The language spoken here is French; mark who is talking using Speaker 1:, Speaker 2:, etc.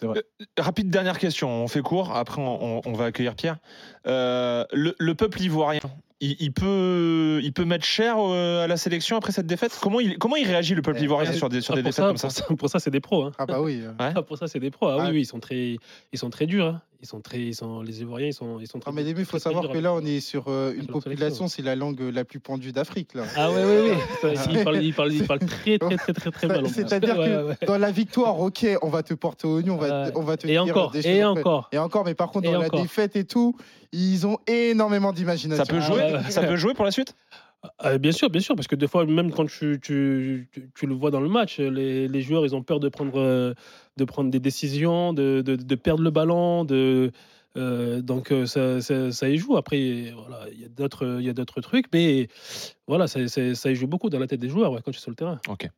Speaker 1: c'est vrai.
Speaker 2: Rapide dernière question, on fait court, après on, on- on va accueillir Pierre. Euh, le, le peuple ivoirien, il, il peut, il peut mettre cher euh, à la sélection après cette défaite comment il, comment il réagit le peuple
Speaker 3: Eh,
Speaker 2: ivoirien
Speaker 3: eh,
Speaker 2: sur des, sur
Speaker 4: Ah,
Speaker 2: des
Speaker 4: pour,
Speaker 2: défaites
Speaker 4: ça,
Speaker 2: comme ça
Speaker 4: pour ça, pour ça, c'est des pros. hein.
Speaker 3: Ah bah oui. euh.
Speaker 2: Ouais.
Speaker 4: Ah, pour ça, c'est des pros. Ah,
Speaker 3: Ah.
Speaker 4: oui, oui, ils sont très, ils sont très durs. hein. Ils sont très, ils sont, les Ivoiriens, ils sont, ils sont très.
Speaker 3: Non, mais les il faut
Speaker 4: très
Speaker 3: savoir
Speaker 4: durs
Speaker 3: que
Speaker 4: avec-
Speaker 3: là, on est sur euh,
Speaker 4: Avec
Speaker 3: une
Speaker 4: leur sélection.
Speaker 3: population, c'est la langue euh, la plus pendue d'Afrique. là.
Speaker 4: Ah ouais, ouais, ouais. Ça, Ils parlent, ils parlent, ils parlent très, très, très, très, très mal. en plus.
Speaker 3: C'est-à-dire
Speaker 4: Ouais,
Speaker 3: que
Speaker 4: ouais, ouais.
Speaker 3: Dans la victoire, ok, on va te porter au nu, on va,
Speaker 4: Ouais.
Speaker 3: on va te
Speaker 4: Et
Speaker 3: dire
Speaker 4: encore,
Speaker 3: des
Speaker 4: et
Speaker 3: choses.
Speaker 4: encore.
Speaker 3: Et encore, mais par contre,
Speaker 4: Et
Speaker 3: dans
Speaker 4: encore.
Speaker 3: la défaite et tout, ils ont énormément
Speaker 2: ça
Speaker 3: d'imagination.
Speaker 2: peut,
Speaker 4: Ah,
Speaker 2: jouer,
Speaker 4: ouais, ouais.
Speaker 2: ça peut jouer pour la suite
Speaker 4: Ah, bien sûr, bien sûr, parce que des fois, même quand tu, tu, tu, tu le vois dans le match, les, les joueurs, ils ont peur de prendre, euh, de prendre des décisions, de, de, de perdre le ballon, de, euh, donc euh, ça, ça, ça y joue. Après, voilà, il y a d'autres il y a d'autres trucs, mais voilà, ça, ça, ça y joue beaucoup dans la tête des joueurs ouais, quand tu es sur le terrain.